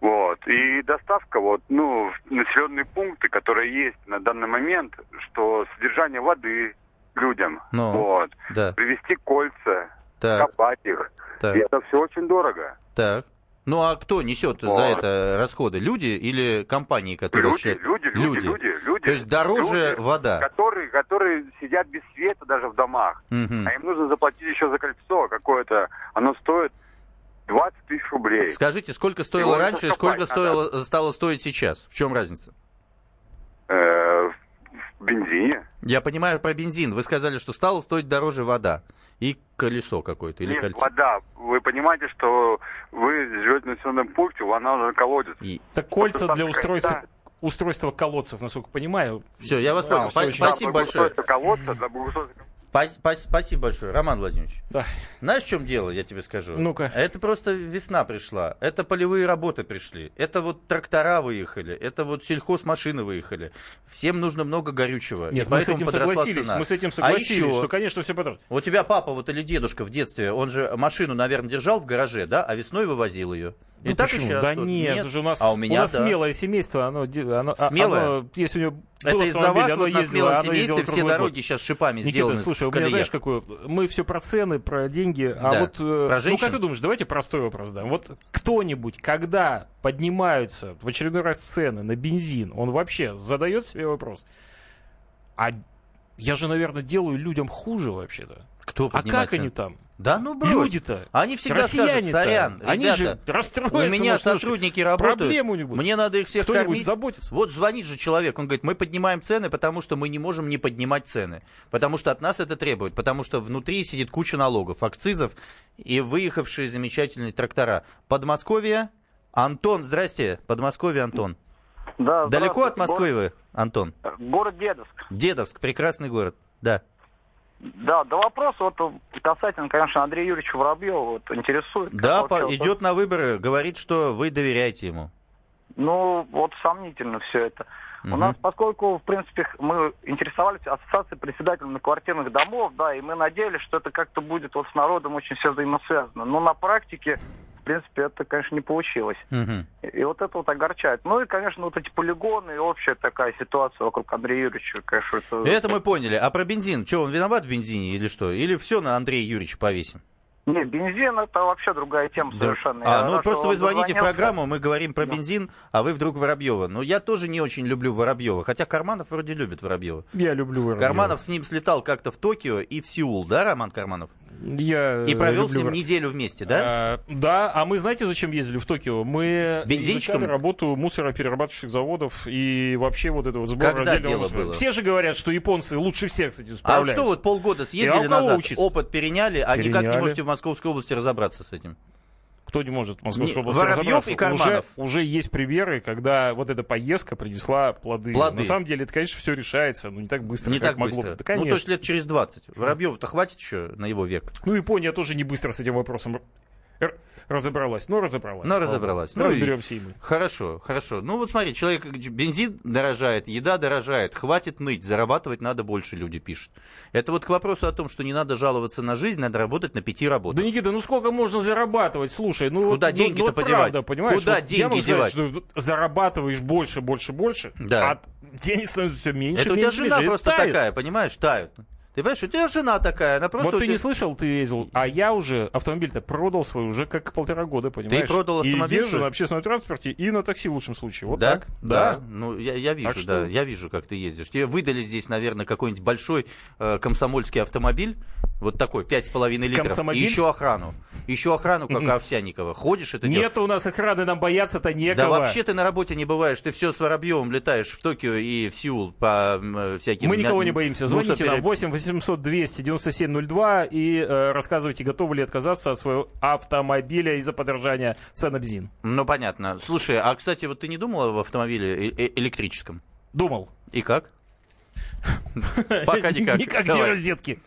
Вот. И доставка, вот, ну, в населенные пункты, которые есть на данный момент, что содержание воды людям, Ну, вот, да. привезти кольца, Так. копать их. Так. И это все очень дорого. Так. Ну а кто несет за это расходы? Люди или компании, которые Люди, считают- люди, люди, люди, люди. То есть дороже Люди, вода. Которые, которые сидят без света даже в домах. Мгм. А им нужно заплатить еще за кольцо какое-то. Оно стоит 20 тысяч рублей. Скажите, сколько Его стоило нужно раньше и копать сколько надо. стоило, стало стоить сейчас? В чем разница? Э, в бензине. Я понимаю про бензин. Вы сказали, что стало стоить дороже вода и колесо какое-то или Нет, кольцо. вода. Вы понимаете, что вы живете на населенном пункте, она уже колодец. Так кольца для устройства, устройства колодцев, насколько понимаю. Все, я вас понял. всё Па- очень- спасибо большое. колодца, да, благоустройство Пас- пас- спасибо большое, Роман Владимирович. Знаешь, в чем дело, я тебе скажу? Ну-ка. Это просто весна пришла, это полевые работы пришли, это вот трактора выехали, это вот сельхозмашины выехали. Всем нужно много горючего. Нет, и мы с поэтому этим подросла согласились. цена. Мы с А этим согласились, еще- что, конечно, все потом. У тебя папа вот или дедушка в детстве, он же машину, наверное, держал в гараже, да, а весной вывозил ее. И Ну так и почему? сейчас. Да тут. нет, слушай, у нас, а у меня нас да. смелое семейство, оно, де- оно- а- Смелое? оно- если у него был Это из-за автомобиль, вас оно вот на ездило- смелом оно ездило семействе все круглый дороги год. сейчас шипами Никита, сделаны слушай, в у меня колеях. знаешь, какое? Мы все про цены, про деньги, а Да. вот... э, Про ну, женщин? как ты думаешь, давайте простой вопрос дам. Вот кто-нибудь, когда поднимаются в очередной раз цены на бензин, он вообще задает себе вопрос, а я же, наверное, делаю людям хуже вообще-то. Кто А поднимает как цены? они там? Да ну брось. Люди-то. Они всегда россияне скажут, сорян, Они ребята, же расстроятся. У меня может, слушай, сотрудники работают. Проблем у них будет. Мне надо их всех Кто-нибудь кормить. Вот звонит же человек, он говорит, мы поднимаем цены, потому что мы не можем не поднимать цены. Потому что от нас это требует. Потому что внутри сидит куча налогов, акцизов и выехавшие замечательные трактора. Подмосковье, Антон, здрасте, Подмосковье, Антон. Да, здравствуйте. Далеко от Москвы вы, Антон? Город, город Дедовск. Дедовск, прекрасный город. Да. Да, да вопрос вот э, касательно, конечно, Андрея Юрьевича Воробьева вот, интересует. как Да, вообще по- вот идет на выборы, говорит, что вы доверяете ему. Ну, вот сомнительно все это. У Мгм. нас, поскольку, в принципе, мы интересовались ассоциацией председателей квартирных домов, да, и мы надеялись, что это как-то будет вот с народом очень все взаимосвязано. Но на практике, в принципе, это, конечно, не получилось. Мгм. И- И вот это вот огорчает. Ну и, конечно, вот эти полигоны и общая такая ситуация вокруг Андрея Юрьевича, конечно, это... Это мы поняли. А про бензин, что, он виноват в бензине или что? Или все на Андрея Юрьевича повесим? Не, бензин это вообще другая тема Да. совершенно. Я А, ну рад, просто что вы вам звоните в дозвонился. программу, мы говорим про бензин, а вы вдруг Воробьева. Ну, я тоже не очень люблю Воробьева, хотя Карманов вроде любит Воробьева. Я люблю Воробьева. Карманов с ним слетал как-то в Токио и в Сеул, да, Роман Карманов? Я э, И провел с люблю ним Воробьева. неделю вместе, да? А, да, а мы знаете, зачем ездили в Токио? Мы Бензинчиком? изучали работу мусороперерабатывающих заводов и вообще вот этого сбора Когда раздельного дело мусора. было? Все же говорят, что японцы лучше всех, кстати, А справляются. что вот полгода И, а съездили у кого назад, учиться? опыт переняли, а никак не Переняли. можете в Московской области разобраться с этим? Кто не может в Московской Не, области Воробьев разобраться? и Карманов. Уже, уже есть примеры, когда вот эта поездка принесла плоды. Плоды. На самом деле, это, конечно, все решается, но не так быстро, Не как так могло быстро. бы. Да, ну, конечно. то есть лет через 20. Воробьева-то хватит еще на его век? Ну, Япония тоже не быстро с этим вопросом р- разобралась. Но разобралась. Ну, разобралась. Ну, Ну и- разберемся и мы. Хорошо, хорошо. Ну вот смотри, человек как же, бензин дорожает, еда дорожает, хватит ныть, зарабатывать надо больше, люди пишут. Это вот к вопросу о том, что не надо жаловаться на жизнь, надо работать на пяти работах. Да, Никита, ну сколько можно зарабатывать? Слушай, ну Куда вот, ну- деньги-то ну вот подевать? правда, понимаешь? Куда вот я деньги могу сказать, девать? что зарабатываешь больше, больше, больше, Да. а денег становится все меньше, Это у тебя меньше, жена меньше, и просто тает. такая, понимаешь, тают. Ты понимаешь, у тебя жена такая, она просто... вот у ты тебя- не слышал, ты ездил, а я уже автомобиль-то продал свой уже как полтора года, понимаешь? продал автомобиль И езжу свой? на общественном транспорте и на такси в лучшем случае. Вот да? так. Да. Ну, я, я вижу, Так что- да. Я вижу, как ты ездишь. Тебе выдали здесь, наверное, какой-нибудь большой э, комсомольский автомобиль. Вот такой, 5,5 литров. Комсомобиль? И еще охрану. Еще охрану, как у Мгм. Овсянникова. Ходишь, это дело- Нет у нас охраны, нам бояться-то некого. Да вообще ты на работе не бываешь, ты все с Воробьевым летаешь в Токио и в Сеул по м, э, всяким... Мы никого мя- ну, не боимся. Звоните мусорпере- нам 8 800 200 9702 и э, рассказывайте, готовы ли отказаться от своего автомобиля из-за подорожания цен на бензин. Ну, понятно. Слушай, а, кстати, вот ты не думал в автомобиле э- э- электрическом? Думал. И как? Пока никак. Никак, где Давай. розетки?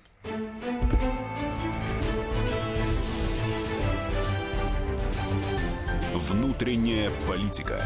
Внутренняя политика.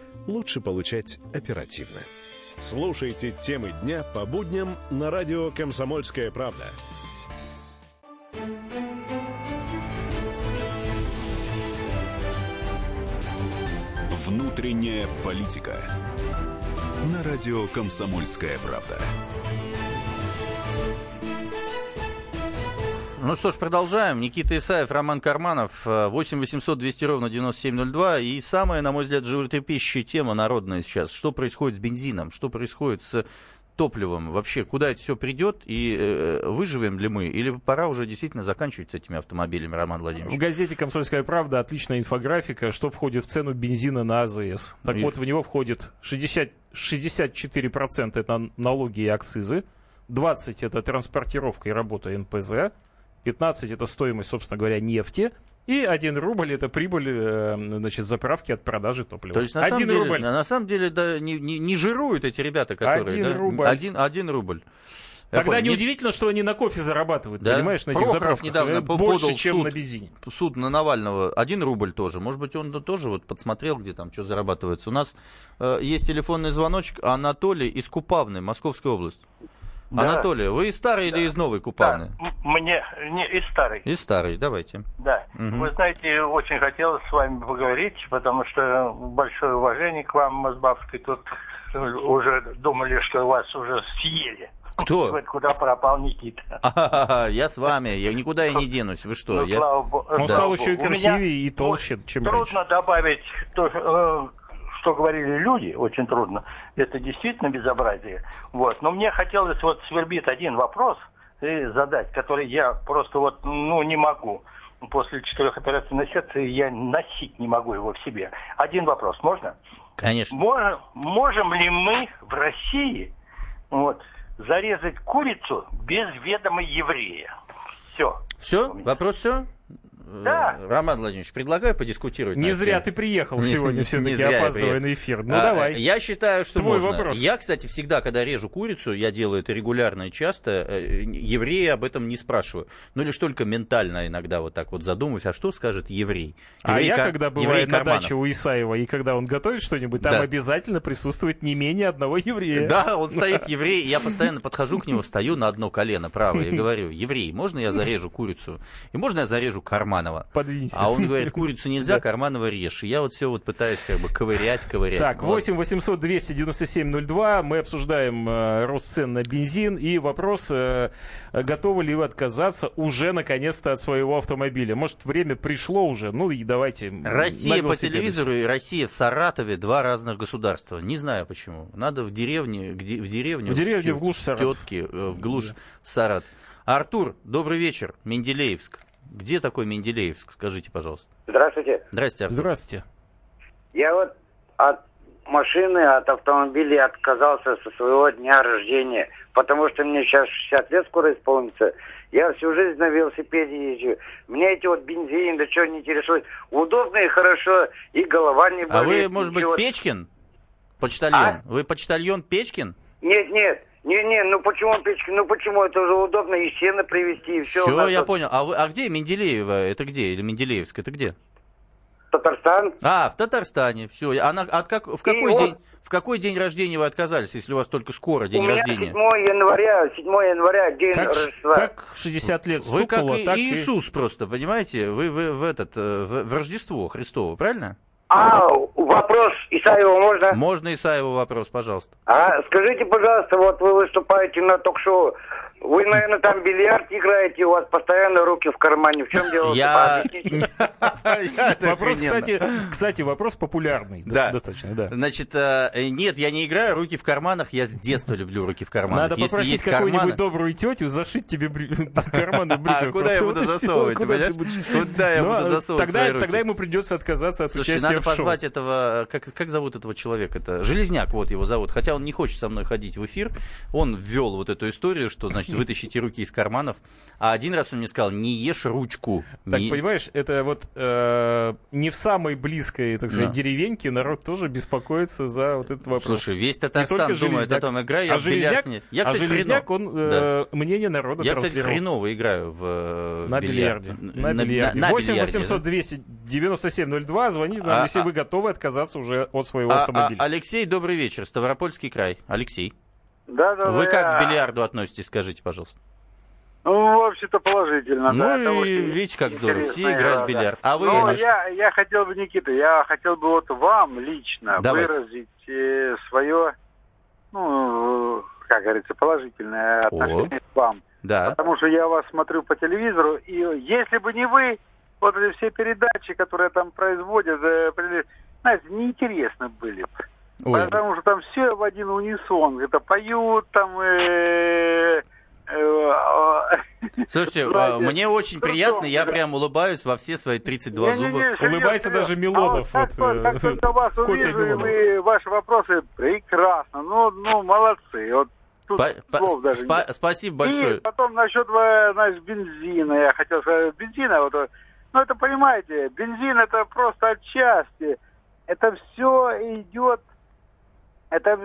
лучше получать оперативно. Слушайте темы дня по будням на радио «Комсомольская правда». Внутренняя политика. На радио «Комсомольская правда». Ну что ж, продолжаем. Никита Исаев, Роман Карманов, э, 8 800 200 ровно 9702. И самая, на мой взгляд, животрепещущая тема народная сейчас. Что происходит с бензином? Что происходит с топливом? Вообще, куда это все придет? И э, выживем ли мы? Или пора уже действительно заканчивать с этими автомобилями, Роман В Владимирович? газете «Комсомольская правда» отличная инфографика, что входит в цену бензина на АЗС. Так И- вот, в него входит 60, 64% это налоги и акцизы, 20% это транспортировка и работа НПЗ, 15% это стоимость, собственно говоря, нефти, и 1 рубль это прибыль э, значит, заправки от продажи топлива. То есть, на 1 самом деле, рубль. на- на самом деле да, не, не- не жируют эти ребята, которые... Один да, рубль. Один, один рубль. Я Тогда понял, не- неудивительно, что они на кофе зарабатывают, Да. понимаешь, на этих Прохоров заправках. недавно э, по- больше, подал в чем суд, на бензине. Суд на Навального. Один рубль тоже. Может быть, он тоже вот подсмотрел, где там что зарабатывается. У нас э, есть телефонный звоночек Анатолий из Купавны, Московская область. Да. Анатолий, вы из старой или из новой Купавны? М- Мне не из старой. Из старой, давайте. Да. Мгм. Вы знаете, очень хотелось с вами поговорить, потому что большое уважение к вам, мы с бабушкой тут уже думали, что вас уже съели. Кто? Вот куда пропал Никита. А, я с вами, я никуда и не денусь. Вы что? Ну, я- слава богу. Он стал еще и У меня- красивее, и толще, чем Трудно добавить то, э, что говорили люди, очень трудно. Это действительно безобразие. Вот. Но мне хотелось вот свербит один вопрос э, задать, который я просто вот ну не могу. После четырех операций на сердце я носить не могу его в себе. Один вопрос, можно? Конечно. Можем, можем ли мы в России вот, зарезать курицу без ведома еврея? Все. Все? Вопрос все? Да. Роман Владимирович, предлагаю подискутировать. Не на эту зря тему. ты приехал Не- сегодня не всё-таки, зря я опаздывая приехал. на эфир. Ну, А, давай. Я считаю, что Твой можно. вопрос. Я, кстати, всегда, когда режу курицу, я делаю это регулярно и часто, э, евреи об этом не спрашиваю. Ну, лишь только ментально иногда вот так вот задумываюсь, а что скажет еврей? А Еврей я, Кар- когда еврей бываю на Карманов. даче у Исаева, и когда он готовит что-нибудь, там Да. обязательно присутствует не менее одного еврея. Да, он стоит еврей, и я постоянно подхожу к нему, стою на одно колено правое и говорю, еврей, можно я зарежу курицу? И можно я зарежу Карманова? Подвиньте. А он говорит, курицу нельзя, Да. Карманова режь. И я вот все вот пытаюсь как бы ковырять, ковырять. Так, Вот. 8 800 297 02. Мы обсуждаем э, рост цен на бензин и вопрос, э, готовы ли вы отказаться уже наконец-то от своего автомобиля. Может, время пришло уже, ну и давайте. м, на Россия по велосипеде. телевизору и Россия в Саратове два разных государства. Не знаю почему. Надо в деревне, где, в деревню. В деревню, в глушь Саратов. Тетки, в глушь в Саратов. Артур, добрый вечер. Менделеевск. Где такой Менделеевск? Скажите, пожалуйста. Здравствуйте. Здрасте, Артур. Здравствуйте. Я вот от машины, от автомобиля отказался со своего дня рождения, потому что мне сейчас 60 лет скоро исполнится. Я всю жизнь на велосипеде езжу. Меня эти вот бензин, да что не интересует. Удобно и хорошо, и голова не болит. А вы, может быть, ничего. Печкин? Почтальон. А? Вы почтальон Печкин? Нет, нет, не, не, ну почему, печки, ну почему, это уже удобно и сено привезти, и все. Все, я понял. А, вы, а где Менделеева? Это где? Или Менделеевск? Это где? Татарстан. А, в Татарстане. Все. Она, а как, в, какой вот- день, в какой день рождения вы отказались, если у вас только скоро день У меня 7 рождения? января, 7 января, день Как ж- Рождества. как 60 лет Вы как стукнуло, и- так и- Иисус просто, понимаете? Вы, вы в, этот, э, в, в Рождество Христово, правильно? А, в Вопрос Исаева можно? Можно Исаеву вопрос, пожалуйста. А скажите, пожалуйста, вот вы выступаете на ток-шоу. Вы, наверное, там бильярд играете, у вас постоянно руки в кармане. В чем дело? Я- Вопрос, охрененно. кстати, кстати, вопрос популярный. до- Да. Достаточно, да. Значит, э, нет, я не играю руки в карманах, я с детства люблю руки в карманах. Надо Если попросить есть какую-нибудь карманы- добрую тетю зашить тебе брю- карманы брюк. А, куда я буду засовывать, понимаешь? Куда я буду засовывать Ну, а, Тогда, свои руки? тогда ему придется отказаться от Слушай, участия надо в шоу. позвать этого, э, как, как зовут этого человека? Это Железняк, вот его зовут. Хотя он не хочет со мной ходить в эфир. Он ввел вот эту историю, что, значит, вытащите руки из карманов. А один раз он мне сказал, не ешь ручку. Так, Не- понимаешь, это вот э, не в самой близкой, так сказать, Да. деревеньке народ тоже беспокоится за вот этот вопрос. Слушай, весь Не Татарстан только думает Железняк. о том, играю я а в бильярд, Железняк, нет. Я, а кстати, Железняк, хреново. он э, мнение народа Я, кстати, транслировал. хреново играю в э, На бильярд. бильярде. Н- На бильярде. на 8 бильярде, 800 да. 297 02. Звоните нам, А, если а. вы готовы отказаться уже от своего А- а- автомобиля. Алексей, добрый вечер. Ставропольский край. Алексей. Да, да, Вы да, как я- к бильярду относитесь, скажите, пожалуйста? Ну, в общем-то, положительно, да. это ну и очень видите, как здорово. Все интересно, играют да, в бильярд. да. А вы, Ну, Леш? я, я хотел бы, Никита, я хотел бы вот вам лично Давайте. выразить э, свое, ну, как говорится, положительное отношение к вам. Да. Потому что я вас смотрю по телевизору, и если бы не вы, вот эти все передачи, которые там производят, э, при- знаете, неинтересны были бы. Ой. Потому что там все в один унисон. Это поют, там... э, э, Слушайте, э, Знаете, мне очень приятно, я прям улыбаюсь во все свои 32 Не-не-не, зуба. серьезно, серьезно. А вот как, только- как только вас увижу, и вы- ваши вопросы прекрасно. Ну, ну, молодцы. Вот тут Па- па- слов даже спа- нет. Спасибо большое. И потом насчет э, значит, бензина. Я хотел сказать, бензина. Вот, э, ну, это, понимаете, бензин это просто отчасти. Это все идет, это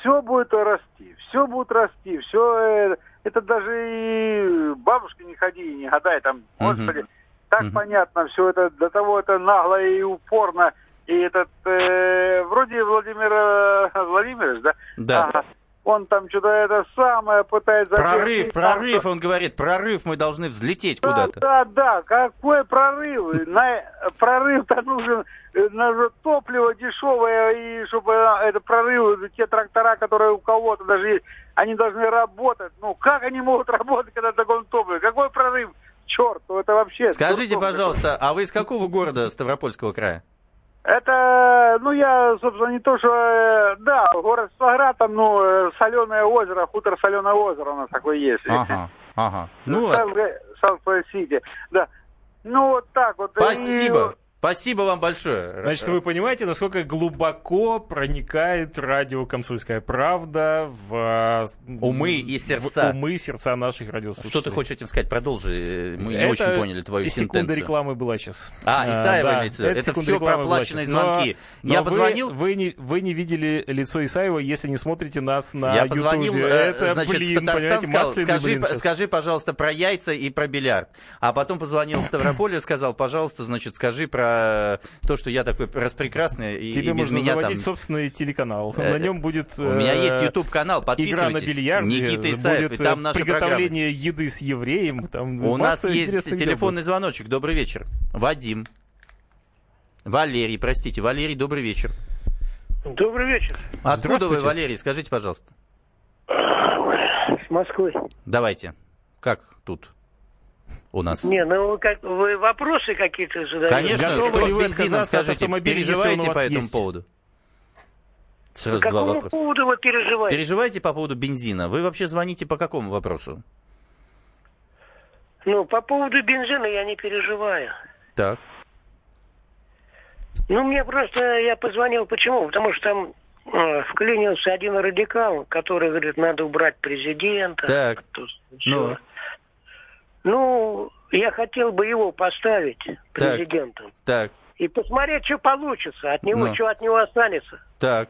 все будет расти, все будет расти, все, это даже и бабушка не ходи и не гадай там, господи, так понятно все это, до того это нагло и упорно. И этот, э, вроде Владимир э, Владимирович, да? Да. Ага. Он там что-то это самое пытается... Прорыв, прорыв, он говорит, прорыв, мы должны взлететь Да, куда-то. да, да, какой прорыв? На, прорыв-то нужен э, на же топливо дешевое, и чтобы э, это прорывы, те трактора, которые у кого-то даже есть, они должны работать. Ну, как они могут работать, когда на таком топливе? Какой прорыв? Черт, ну это вообще... Скажите, дурдом пожалуйста, а вы из какого города Ставропольского края? Это, ну, я, собственно, не то, что... э, Да, город Саград, там, ну, э, соленое озеро, хутор соленое озеро у нас такое есть. Ага, ага. Ну, Ну, Сан-Сити, да. Ну, вот так вот. И- спасибо. Спасибо вам большое. Значит, вы понимаете, насколько глубоко проникает радио «Комсомольская правда» в э, Умы и в сердца. умы и сердца наших радиослушателей. Что ты хочешь этим сказать? Продолжи, э, мы не Это очень поняли твою секунда сентенцию. рекламы была сейчас. Э, А, Исаева да, имеется в виду. Это секунда всё рекламы проплаченные была сейчас. звонки. Но- Я но вы- позвонил- Вы не, вы не видели лицо Исаева, если не смотрите нас на Я Ютубе. позвонил, э, Это, значит, блин, в Татарстан, понимаете, сказал, масляный скажи, блин п- сейчас. скажи, пожалуйста, про яйца и про бильярд. А потом позвонил в Ставрополь и сказал, пожалуйста, значит, скажи про то, что я такой распрекрасный и, Тебе и без можно меня там... заводить собственный телеканал. Э, на нем будет... у меня э, есть YouTube-канал, Игра на подписывайтесь. бильярде. Никита Исаев, будет, и там э, наши приготовление еды с евреем. Там У нас масса есть интересных дел телефонный звоночек. Добрый вечер. Вадим. Валерий, простите. Валерий, добрый вечер. Добрый вечер. Откуда вы, Здравствуйте. Валерий? Скажите, пожалуйста. С Москвы. Давайте. Как тут у нас? Не, ну вы, как, вы вопросы какие-то задаете? Конечно, что с бензином, скажите, переживаете по этому поводу? По Сразу два какому вопроса. поводу вы переживаете? Переживаете по поводу бензина? Вы вообще звоните по какому вопросу? Ну, по поводу бензина я не переживаю. Так. Ну, мне просто, я позвонил, почему? Потому что там э, вклинился один радикал, который говорит, надо убрать президента. Так. Ну, Ну, я хотел бы его поставить президентом. так, И посмотреть, что получится от него, Ну. что от него останется. так.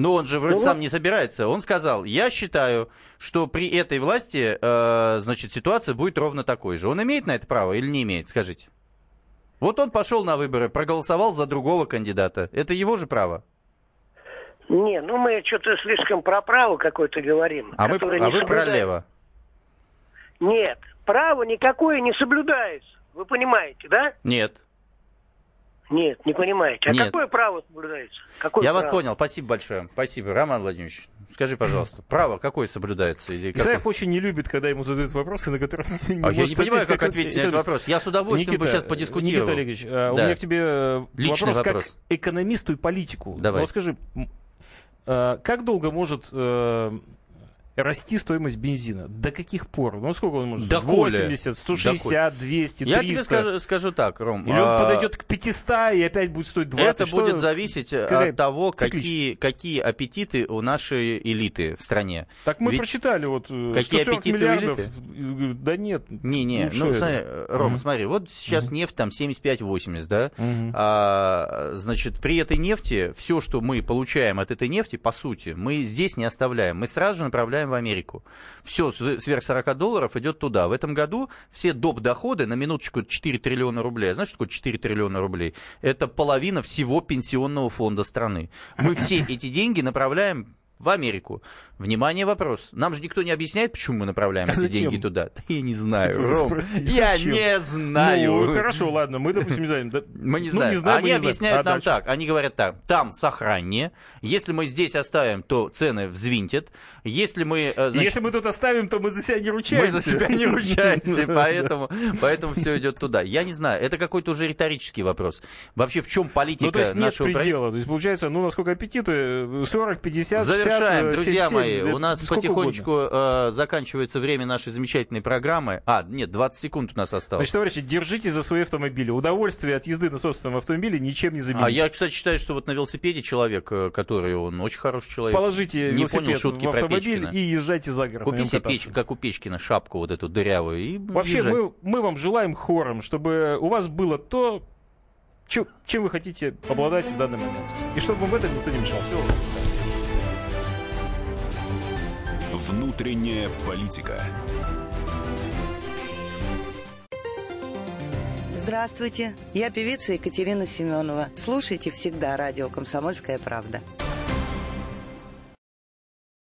Ну, он же вроде Ну, сам вот. не собирается. Он сказал, я считаю, что при этой власти, э, значит, ситуация будет ровно такой же. Он имеет на это право или не имеет, скажите? Вот он пошел на выборы, проголосовал за другого кандидата. Это его же право. Не, ну мы что-то слишком про право какое-то говорим. А вы, которое а не вы про соблюдается. лево. Нет, право никакое не соблюдается. Вы понимаете, да? Нет. Нет, не понимаете. А Нет. какое право соблюдается? Какое Я вас право? понял, спасибо большое. Спасибо, Роман Владимирович. Скажи, пожалуйста, право какое соблюдается? Или какое? Исаев очень не любит, когда ему задают вопросы, на которые он не А я может не понимаю, как он- ответить на этот то есть- вопрос. Я с удовольствием бы щас подискутировал. Никита Олегович, а, у Да. меня к тебе э, Личный вопрос. как экономисту и политику. Давай. Ну, вот скажи, м, э, как долго может э, расти стоимость бензина? До каких пор? Ну, сколько он может? Да коли. 80, 160, Да коли. 200, 300? Я тебе скажу, скажу так, Ром. Или он а, подойдет к 500 и опять будет стоить 20? Это Что- будет зависеть э, Какая от того, цикличность? какие, какие аппетиты у нашей элиты в стране. Так мы Ведь- прочитали вот э, Какие 140 аппетиты у миллиардов. элиты? Э, Да нет. Не-не, лучше ну, это. смотри, э, Рома, Мгм. смотри, вот сейчас нефть там 75-80, да? Мгм. А, значит, при этой нефти, все, что мы получаем от этой нефти, по сути, мы здесь не оставляем. Мы сразу же направляем в Америку. Все сверх 40 долларов идет туда. В этом году все доп. доходы на минуточку 4 триллиона рублей. А Знаешь, что такое 4 триллиона рублей? Это половина всего пенсионного фонда страны. Мы все эти деньги направляем в Америку. Внимание, вопрос. Нам же никто не объясняет, почему мы направляем А эти зачем? деньги туда. Да Я не знаю. Хотел Ром, спросить, я зачем? не знаю. Ну, хорошо, ладно, мы, допустим, не знаем. Да- Мы не ну, знаем. знаем, мы они не знаем. объясняют А нам дальше? так. Они говорят так. Там сохраннее. Если мы здесь оставим, то цены взвинтят. Если мы... э, значит, Если мы тут оставим, то мы за себя не ручаемся. мы за себя не ручаемся, поэтому, поэтому все идет туда. Я не знаю, это какой-то уже риторический вопрос. Вообще, в чем политика Ну, то есть нет нашего правительства? предела. То есть, получается, ну, насколько аппетиты, э, 40, 50, 60, Завершаем, э, друзья 77, мои. это У нас сколько потихонечку угодно. э, заканчивается время нашей замечательной программы. А, нет, 20 секунд у нас осталось. Значит, товарищи, держите за свои автомобили. Удовольствие от езды на собственном автомобиле ничем не заменить. а я, кстати, считаю, что вот на велосипеде человек, э, который он очень хороший человек. Положите не велосипед понял шутки в про автомобиль Печкина. и езжайте за город. на Купи нем себе кататься. печь, как у Печкина, шапку вот эту дырявую и Вообще, езжай. мы, мы вам желаем хором, чтобы у вас было то, чё- чем вы хотите обладать в данный момент. И чтобы вам в этом никто не мешал. Внутренняя политика. Здравствуйте, я певица Екатерина Семенова. Слушайте всегда радио «Комсомольская правда».